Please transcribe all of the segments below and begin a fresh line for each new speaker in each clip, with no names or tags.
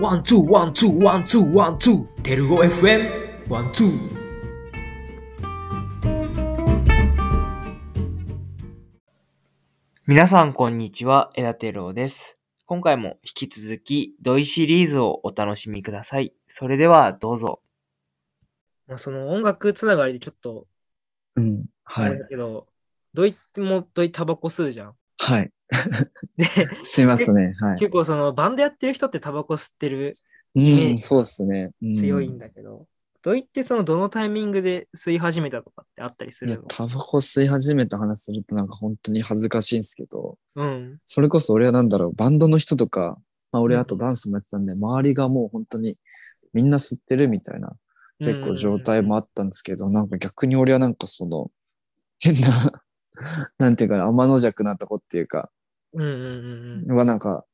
ワンツーワンツーワンツーワンツーテルゴ FM ワンツー
皆さん、こんにちは。枝太郎です。今回も引き続き、土井シリーズをお楽しみください。それでは、どうぞ。まあ、その音楽つながりでちょっと、
うん。は
あれ
い。
だけど、土井っても土井タバコ吸うじゃん。
はい。
で、
吸いますね。はい。
結構そのバンドやってる人ってタバコ吸ってる
う
ね
ん、そうですね。うん
強いんだけど、土井ってそのどのタイミングで吸い始めたとかってあったりす
いや
る、
タバコ吸い始めた話するとなんか本当に恥ずかしいんですけど、
のうん。
それこそ俺はなんだろう、バンドの人とか、まあ俺
うん
あとダンスもやってたんで、周りがもう本当にみんな吸ってるみたいな、結構状態もあったんですけど、なんか逆に俺はなんかその、変な、 なんていうかな、天の弱なとこっていうか、
うんうんうんうん。
はなんか、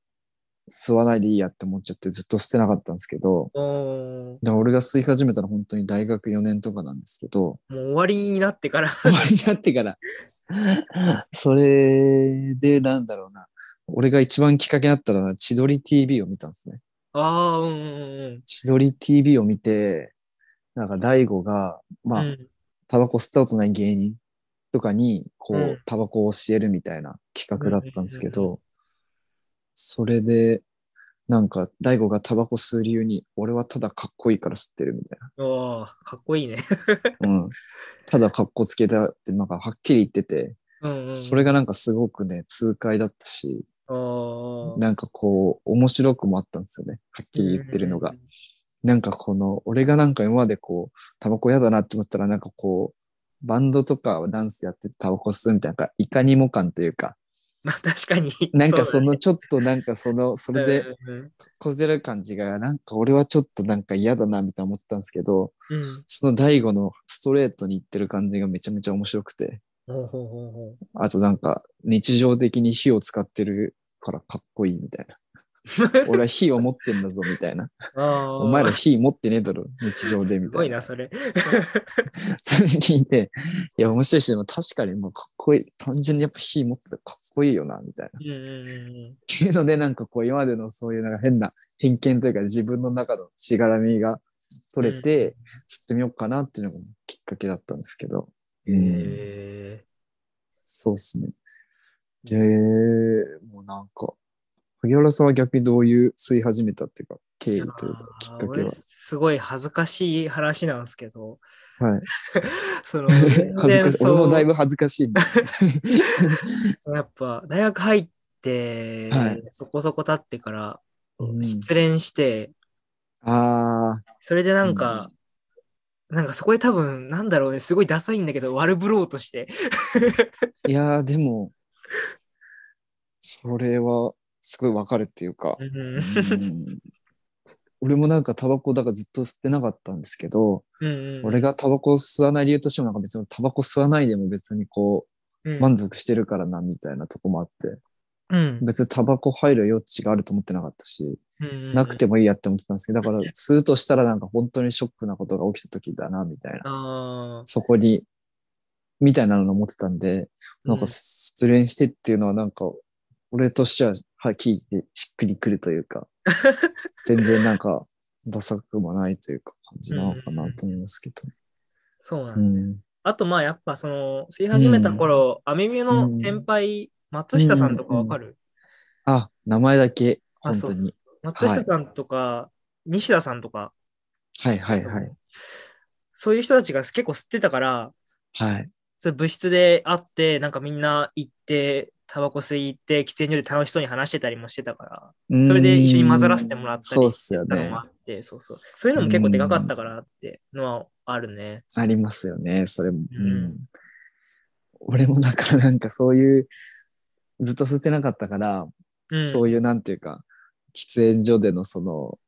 吸わないでいいやって思っちゃってずっと吸ってなかったんですけど、
おーも
だから俺が吸い始めたの本当に大学4年とかなんですけ ど、
う終わりになって から。
終わりになってから、 それでなんだろうな、俺が一番きっかけだったのは千鳥 TV を見たんですね。
ああ、うんうんうん
千鳥 TV を見て、なんか大悟が、
うん。
ま
う
あ、
ん
タバコ吸ったことない芸人とかに、こ
うん
う、タバコを教えるみたいな企画だったんですけ
うんうん
ど、それで、なんか、大悟がタバコ吸う理由に、俺はただかっこいいから吸ってるみたいな。
おーかっこいいね。
うん。ただ格好つけたって、なんかはっきり言ってて、
うんうん、
それがなんかすごくね、痛快だったし、
おー
なんかこう、面白くもあったんですよね。はっきり言ってるのが。。なんかこの、俺がなんか今までこう、タバコ嫌だなって思ったら、なんかこう、バンドとかダンスやってタバコ吸うみたいな、なんかいかにも感というか、
まあ確かに。
なんかその
う
ちょっとなんかその、そ
だね
れでこずれる感じが、なんか俺はちょっとなんか嫌だなみたいな思ってたんですけど、
うん
その大悟のストレートに行ってる感じがめちゃめちゃ面白くて。
うん。ほうほうほうほ
あとなんか日常的に火を使ってるからかっこいいみ たいな。俺は火を持ってんだぞみたい な。
う。ああ。
お前ら火持ってねえだろ、日常でみ
す
た
ご
い
い
な
な、。それ。
それ聞いて、いや面白いし、でも確かにもうかっこいい。単純にやっぱ火持ってたらかっこいいよな、みたいな。
うんうんうん
っていうのでなんかこう今までのそういうなんか変な偏見というか自分の中のしがらみが取れて、吸ってみようかなっていうのがきっかけだったんですけど。
う。
うんん
へ
そうっすね。えー、もうなんか、萩原さんは逆にどういう吸い始めたっていうか、経
え
緯というか、きっかけ
俺
は。
すごい恥ずかしい話なんですけど、
はい。
その、
恥
全然
ずかしい。俺もだいぶ
そ
恥ずかしいんだ。
うやっぱ、大学入って、
はい
そこそこ経ってから、
うん
失恋して、
あ
それでなんか、なんかそこで多分、なんだろうね、すごいダサいんだけど、悪ぶろうとして。
ー、いやー、でも、それはすごいわかるっていうか、
うん
うん俺もなんかタバコだからずっと吸ってなかったんですけど、
うんうん
俺がタバコを吸わない理由としてもなんか別にタバコ吸わないでも別にこ
うん
う、満足してるからな、みたいなとこもあって。
うん
別にタバコ入る余地があると思ってなかったし、
うん
なくてもいいやって思ってたんですけど、だから吸うとしたらなんか本当にショックなことが起きた時だな、みたいな。
あ
そこに、みたいなのを思ってたんで、
ー
なんか失恋してっていうのはなんか、俺としては、はい、聞いてしっくりくるとい うか、全然なんか、ダサくもないというか感じなのかなと思いますけど。
そうなんだ、
うん。
あとまあやっぱその吸い始めた頃、アメミュの先輩、松下さんとかわかる、
あ、名前だけ、
あ
本
そう
当に。
松下さんとか、西田さんとか、
はいはいはい。
そういう人たちが結構吸ってたから、
はい。
それ部室で会って、なんかみんな行って、タバコ吸い行って、喫煙所で楽しそうに話してたりもしてたから、それで一緒に混ざらせてもらったり
そうっすよ
なの
ね
も。あって、そうそう。そういうのも結構でかかったからってのはあるね。
ありますよね、それも。
うん
うん俺もだからなんかそういう、ずっと吸ってなかったから、
うん、、
そういうなんていうか、喫煙所でのその、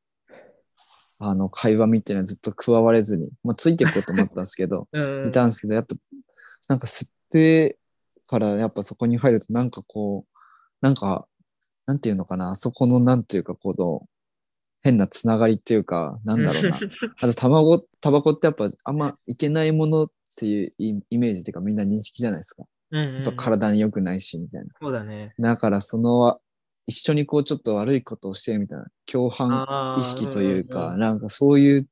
あの、会話みたいなのずっと加われずに、まあ、ついていこうと思ったんですけど
うん、
いたんですけど、やっぱ、なんか吸ってからやっぱそこに入るとなんかこう、なんか、なんていうのかな、あそこのなんていうか、この、変なつながりっていうか、なんだ ろうな。あと、卵、タバコってやっぱあんまいけないものっていうイイメージっていうかみんな認識じゃないですか。
うんうん
やっぱ体に良くないし、みたいな。
そうだね。
だからその、一緒にこうちょっと悪いことをしてみたいな共犯
あー
意識というか、
ん
なんかそういう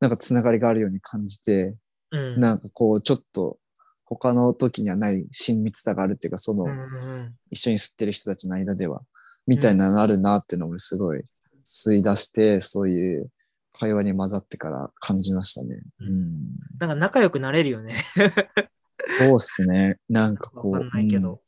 なんかつながりがあるように感じて、
うん
なんかこうちょっと他の時にはない親密さがあるっていうかその、
うんうんうん
一緒に吸ってる人たちの間ではみたいなのあるなってのを俺すごい吸い出して、そういう会話に混ざってから感じましたね。うん、
なんか仲良くなれるよね。
そうっすね。なんかこう。
わかんないけど。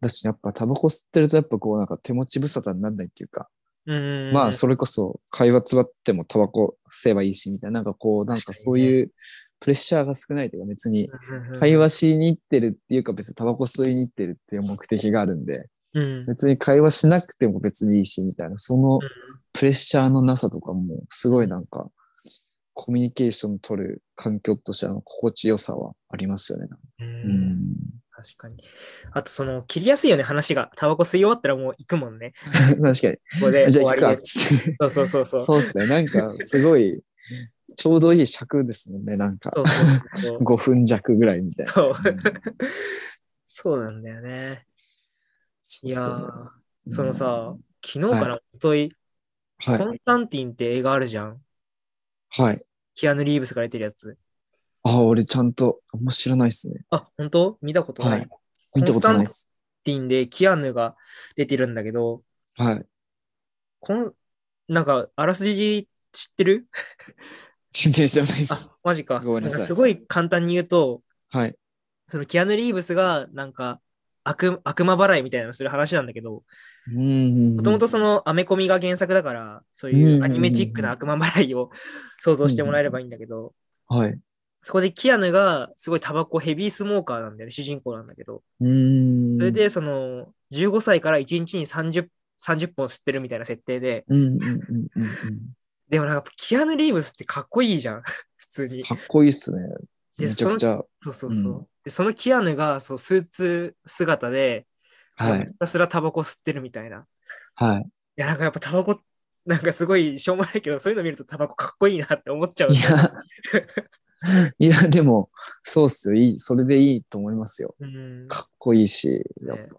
だし、やっぱタバコ吸ってると、やっぱこう、なんか手持ち無沙汰にならないっていうか、
うんうんうん。
まあ、それこそ会話つばってもタバコ吸えばいいし、みたいな、なんかこう、なんかそういうプレッシャーが少ないというか、別に
うんうんうん
会話しに行ってるっていうか、別にタバコ吸いに行ってるっていう目的があるんで、
うん
別に会話しなくても別にいいし、みたいな、そのプレッシャーのなさとかも、すごいなんか、コミュニケーション取る環境としての心地よさはありますよね。
う。
うんん。
確かに。あと、その、切りやすいよね、話が。タバコ吸い終わったらもう行くもん ね。
確かに。じ
ここで終
ゃあ行
わ
く
り
か、
で。
つって。
そうそうそうそう。
そうですね。なんか、すごい、ちょうどいい尺ですもんね。なんか
そ、うそうそう
5分弱ぐらいみたいな。
そう
うん
そうなんだよね。
そ
いやー、そのさ、、昨日か
は
な、おとい、
うん
コ
は
ンスタンティンって映画あるじゃん。
い。はい。
キアヌ・リーブスが出てるやつ。
ああ、俺ちゃんと、あんま知らないですね。
あ、本当見たことない。
はい見たことないです。
ティンでキアヌが出てるんだけど、
はい。
この、なんか、あらすじ知ってる
全然知らない
あ
です。、
マジか。
ごめんなさい
かすごい簡単に言うと、
はい。
そのキアヌ・リーブスが、なんか、悪悪魔払いみたいなのする話なんだけど、
うん。
もともとそ
の、
のアメコミが原作だから、そう
うんうん
い
うん
うアニメチックな悪魔払いを想像してもらえればいいんだけど、
はい。
そこでキアヌがすごいタバコヘビースモーカーなんだよね、主人公なんだけど。
うん。
それ、で、その、15歳から1日に30、30本吸ってるみたいな設定で、
うんうんうんうんうん。
でもなんか、キアヌ・リーブスってかっこいいじゃん、 普通に。
かっこいいっすね。
で
めちゃくちゃ。
そうそうそう。
うん
で、そのキアヌが、そう、スーツ姿で、
は
でも
い
ひ。たすらタバコ吸ってるみたいな。い
はい。
や、なんかやっぱタバコ、なんかすごいしょうもないけど、そういうの見るとタバコかっこいいなって思っちゃう。
いや、いや、 でも、そうっすよ。いい。それでいいと思いますよ。
うん。
かっこいいし、
ね
やっぱ。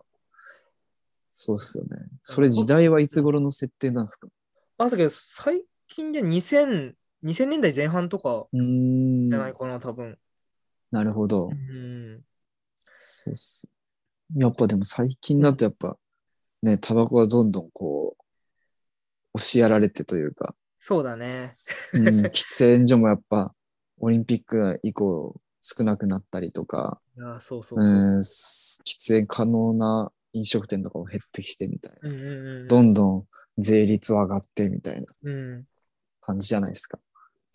そうっすよね。それ時代はいつ頃の設定なんですか
あ、だけど、最近で2000、2000年代前半とか
うーん。
じゃないかな、多分。
なるほど
う。ん。
そうっす。やっぱでも最近だとやっぱ、ね、タバコはどんどんこう、押しやられてというか、
そうだね。
うん、喫煙所もやっぱ、オリンピック以降少なくなったりとか、
いや、そうそううそう。
ん、喫煙可能な飲食店とかも減ってきてみたいな。
うんうん
どんどん税率は上がってみたいな
うん。うん
感じじゃないですか。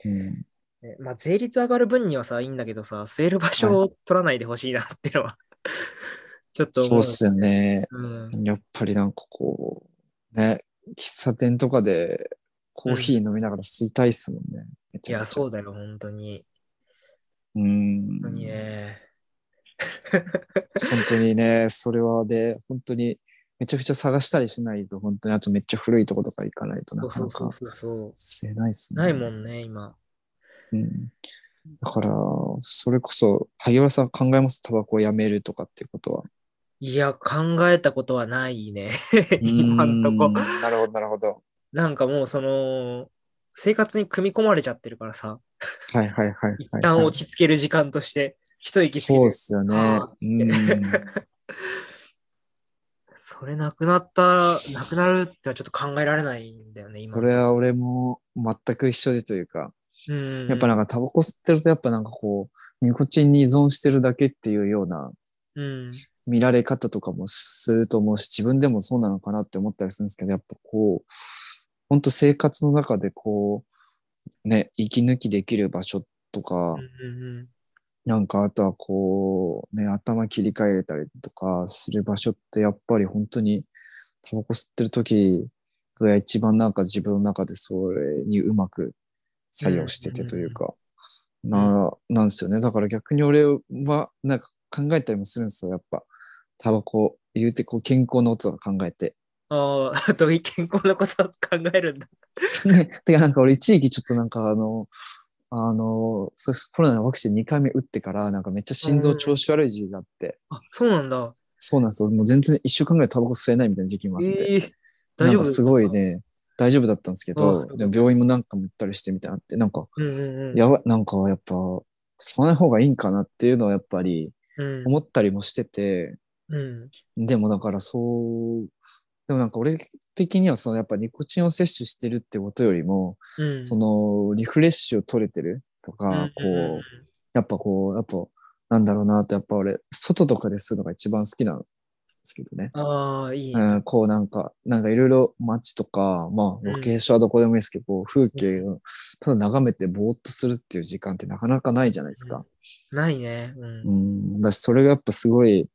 うん
ねまあ、税率上がる分にはさ、いいんだけどさ、吸える場所を取らないでほしいなってのは、 ちょっと
そう
思
っすよね。
うん。
やっぱりなんかこう、ね、喫茶店とかでコーヒー飲みながら吸いたいっすもんね。め
い
ちゃ
や、
くちゃ。
そうだよ、本当に。
う
本
ん。
当にね。
本当にね、それはで、本当にめちゃくちゃ探したりしないと、本当にあとめっちゃ古いとことか行かないと
そ
な
う
か
そ
な
うそ
か
うそうそう。
吸えないっすね。
ないもんね、今。
うん。だから、それこそ、萩原さん考えますタバコをやめるとかっていうことは。
いや、考えたことはないね。 今んと
う
こ
ん。なるほど、なるほど。
なんかもう、その、生活に組み込まれちゃってるからさ、
はいはいはいはい、はい。
一旦落ち着ける時間として、一息つけ
そうっ
る。
すよね
あ。
うん。
それなくなったら、なくなるってはちょっと考えられないんだよ ね、今。
それは俺も全く一緒でというか、
うん、
やっぱなんかタバコ吸ってるとやっぱなんかこう、ニコチンに依存してるだけっていうような
うん、
見られ方とかもすると思うし、自分でもそうなのかなって思ったりするんですけど、やっぱこう、ほんと生活の中でこう、ね、息抜きできる場所とか
うん、うん
なんかあとはこう、ね、頭切り替えたりとかする場所ってやっぱり本当にタバコ吸ってる時が一番なんか自分の中でそれにうまく作用しててというか、な、なんですよね。だから逆に俺はなんか考えたりもするんですよ、やっぱ。タバコ、言うてこう健康のこととか考えて。
あ あ、どういう健康のことを考えるんだ。
ね、てかなんか俺一時期ちょっとなんかあの、あの、そうコロナのワクチン2回目打ってからなんかめっちゃ心臓調子悪い時期があって、
あ、そうなんだ。
そうなんですよ。もう全然一週間ぐらいタバコ吸えないみたいな時期もあって。
ええ大丈夫
なんかすごい。ね、大丈夫だったんですけど、
うん
でも病院もなんかも行ったりしてみたいなって、なんか、
うんうんうん。
やばい、なんかやっぱ、そない方がいいんかなっていうのはやっぱり
うん、
思ったりもしてて、
うん。
でもだからそう、でもなんか俺的にはそのやっぱニコチンを摂取してるってことよりも、
うん。
そのリフレッシュを取れてるとか、
うん
こう、やっぱこう、やっぱなんだろうなって、やっぱ俺、外とかでするのが一番好きなんですけどね。
ああ、いいね。
うん、こうなんか、なんかいろいろ街とか、まあ、
うん
ロケーションはどこでもいいですけど、こう風景をただ眺めてぼーっとするっていう時間ってなかなかないじゃないですか。
ないね。うん
う。ん、だし、それがやっぱすごい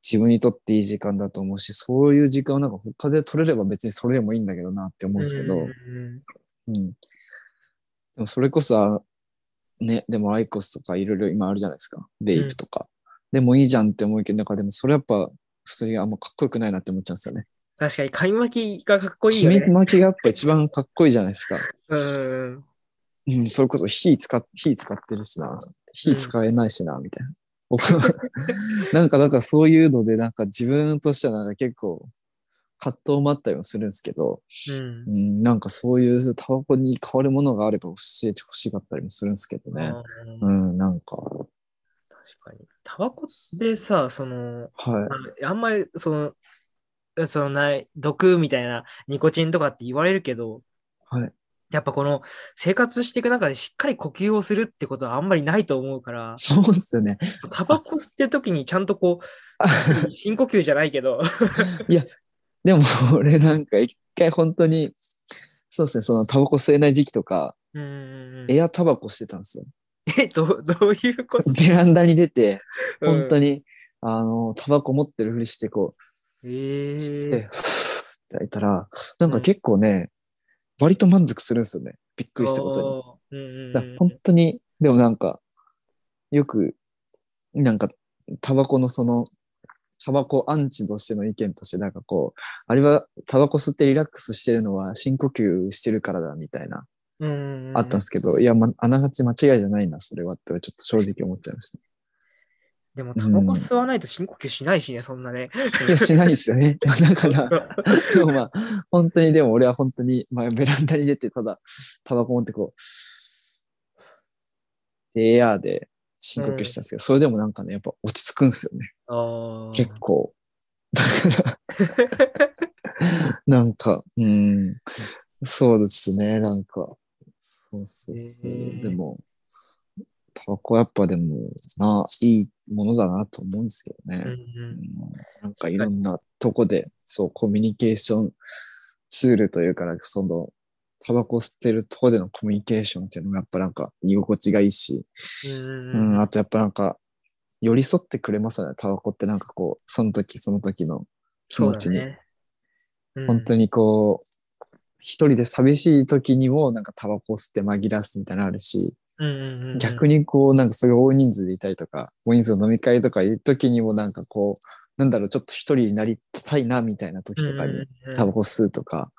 自分にとっていい時間だと思うし、そういう時間をなんか他で取れれば別にそれでもいいんだけどなって思うんですけど、
うんうん
うん。でもそれこそあ、ね、でもアイコスとかいろいろ今あるじゃないですか。ベイプとか。でもいいじゃんって思うけど、なんかでもそれやっぱ、普通にあんまかっこよくないなって思っちゃうんですよね。
確かに、紙巻きがかっこいいよ
君
ね。
巻きがやっぱ一番かっこいいじゃないですか。
うん。
うん、それこそ火使っ火使ってるしな。火使えないしな、みたいな。なんか、 だからそういうので、なんか自分としてはなんか結構葛藤もあったりもするんですけど、
うん
う。ん、なんかそういうタバコに変わるものがあれば教えてほしかったりもするんですけどね。
うん
うん、なんか、
確かに。タバコってさ、その、
は
ああんまり、その、そのない、毒みたいな、ニコチンとかって言われるけど、
い。はい。
やっぱこの生活していく中でしっかり呼吸をするってことはあんまりないと思うから、
そうっすよね。
そうタバコ吸ってる時にちゃんとこう、深呼吸じゃないけ ど、
いや、でも 俺なんか一回本当に、そうですね、そのタバコ吸えない時期とか、
うん
エアタバコしてたんですよ。
え、どうどういうこと
ベランダに出て、本当
に。
に、あの、タバコ持ってるふりしてこ
ええ
う、吸って、ふー
ー。
って開いたら、なんか結構ね、割と満足するんですよね。びっくりしたことに。
おーうん
だ
う
から
ん
本当に、でもなんか、よく、なんか、タバコのその、タバコアンチとしての意見として、なんかこう、あれはタバコ吸ってリラックスしてるのは深呼吸してるからだみたいな、
うんうんうん。
あったんですけど、いや、ま、あながち間違いじゃないな、それはって、ちょっと正直思っちゃいました。
でも、タバコ吸わないと深呼吸しないしね、そんなね。
いや、しないですよ ね。だから、でもまあ、本当に、でも俺は本当に、まあ、ベランダに出て、ただ、タバコ持ってこう、エアーで深呼吸したんですけど、それでもなんかね、やっぱ落ち着くんですよね、
あー
結構。だから、 なんか、うん、そうですね、なんか、そうそうそう、
へー
でも、タバコはやっぱでも、な、いいものだなと思うんですけどね。
うんうん
なんかいろんなとこで、そう、コミュニケーションツールというか、なんかその、タバコ吸ってるとこでのコミュニケーションっていうのがやっぱなんか居心地がいいし、
うん
う
うんう
ん、
ん
あとやっぱなんか、寄り添ってくれますよね、タバコってなんかこう、その時その時の気
そう
持
だ
ちに。
ね。
本当
に。
にこう、一人で寂しい時にもなんかタバコ吸って紛らわすみたいなのあるし、
うんうんうんうん
逆にこうなんかすごい大人数でいたりとか大人数の飲み会とかいう時にもなんかこうなんだろうちょっと一人になりたいなみたいな時とかにタバコ吸うとか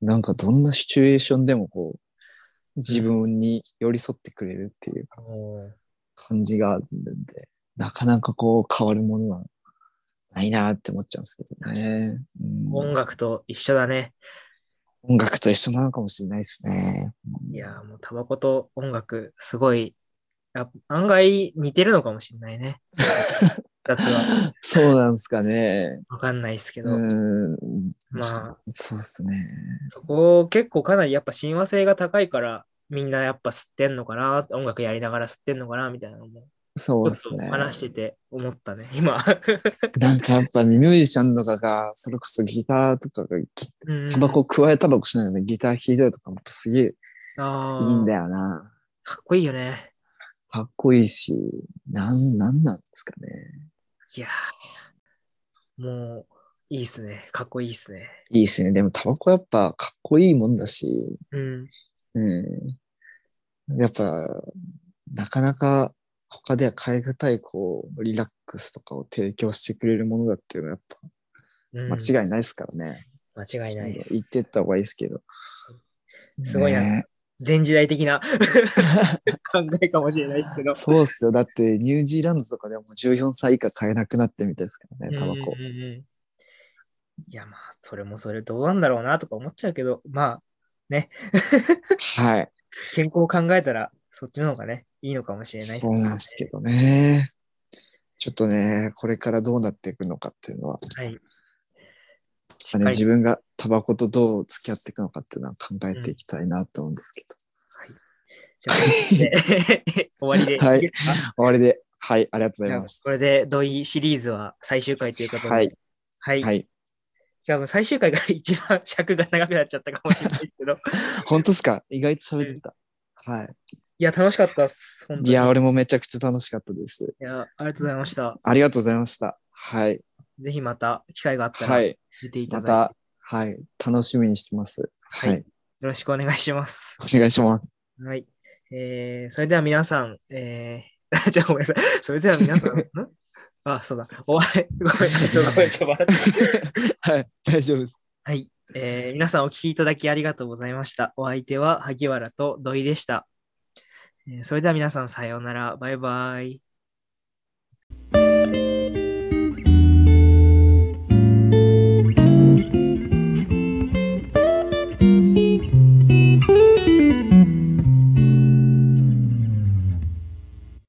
なんかどんなシチュエーションでもこう自分に寄り添ってくれるっていう
うんうんうん
感じがあるんでなかなかこう変わるものはないなって思っちゃうんですけどね、うん
音楽と一緒だね。
音楽と一緒なのかもしれないですねうん
いやー、もうタバコと音楽、すごい、あ案外似てるのかもしれない ね。二つは
そうなんですかね
わかんないですけど、
うん
まあ、
そうですね
そこ結構かなりやっぱ親和性が高いから、みんなやっぱ吸ってんのかな、音楽やりながら吸ってんのかな、みたいなのも、
そうで
ち
す
ょっ
ね
と。話してて思ったね、 今。
なんかやっぱミュージシャンとかが、それこそギターとかが、ギ
うん
タバコ加えタバコしないので、ギター弾いたりとかもすげえ
あ
い
ー
いんだよな。
かっこいいよね。
かっこいいし、なん、なんなんですかね。
いやー、もう、いいっすね。かっこいいっすね。
いいですね。でもタバコやっぱかっこいいもんだし、
うん。
うん。やっぱ、なかなか他では変え難い、こう、リラックスとかを提供してくれるものだっていうのはやっ
うん
ぱ間違いないですからね。
間違いないです。
言ってった方がいいですけど。
すごいな
ね
全時代的 な考えかもしれないですけど。
そうっすよ。だって、ニュージーランドとかではもう14歳以下買えなくなってみたいですからね、タバコ
うん。うんうんいや、まあ、それもそれどうなんだろうなとか思っちゃうけど、まあ、
はい。
健康を考えたら、そっちの方がね、いいのかもしれない。
そうなんですけどね。ちょっとね、これからどうなっていくのかっていうのは、
はい。
ね、
はい
自分がタバコとどう付き合っていくのかっていうのは考えていきたいなと思うんですけど。
じゃあ で終わりで。
はい
いですか
終わりで、はい、ありがとうご
じ
ざい
ゃあ
ます。
これで土井シリーズは最終回ということで。
はい。
はい。
はい。
多分最終回が一番尺が長くなっちゃったかもしれないです けど。い
本当ですか意外と喋ってた。はい。
や、楽しかったっす。本当に
いや、俺もめちゃくちゃ楽しかったです。
いや、ありがとうございました。
ありがとうございました。はい。
ぜひまた機会があった
は
ら
い。
出ていただ
ま
いて、よ
た、はい。楽しみにしてます。
は
はいい。
ろしくお願いします。
お願いします。
はい。えー、それでは皆さん、えー、 じゃあごめんなさい。それでは皆さん、 んあ、そうだ。お会い、ごめん、ごめん、ごめん。
はい。大丈夫です。
はい、えー皆さんお聞きいただきありがとうございました。お相手は萩原と土井でした。えーそれでは皆さんさようなら。バイバイ。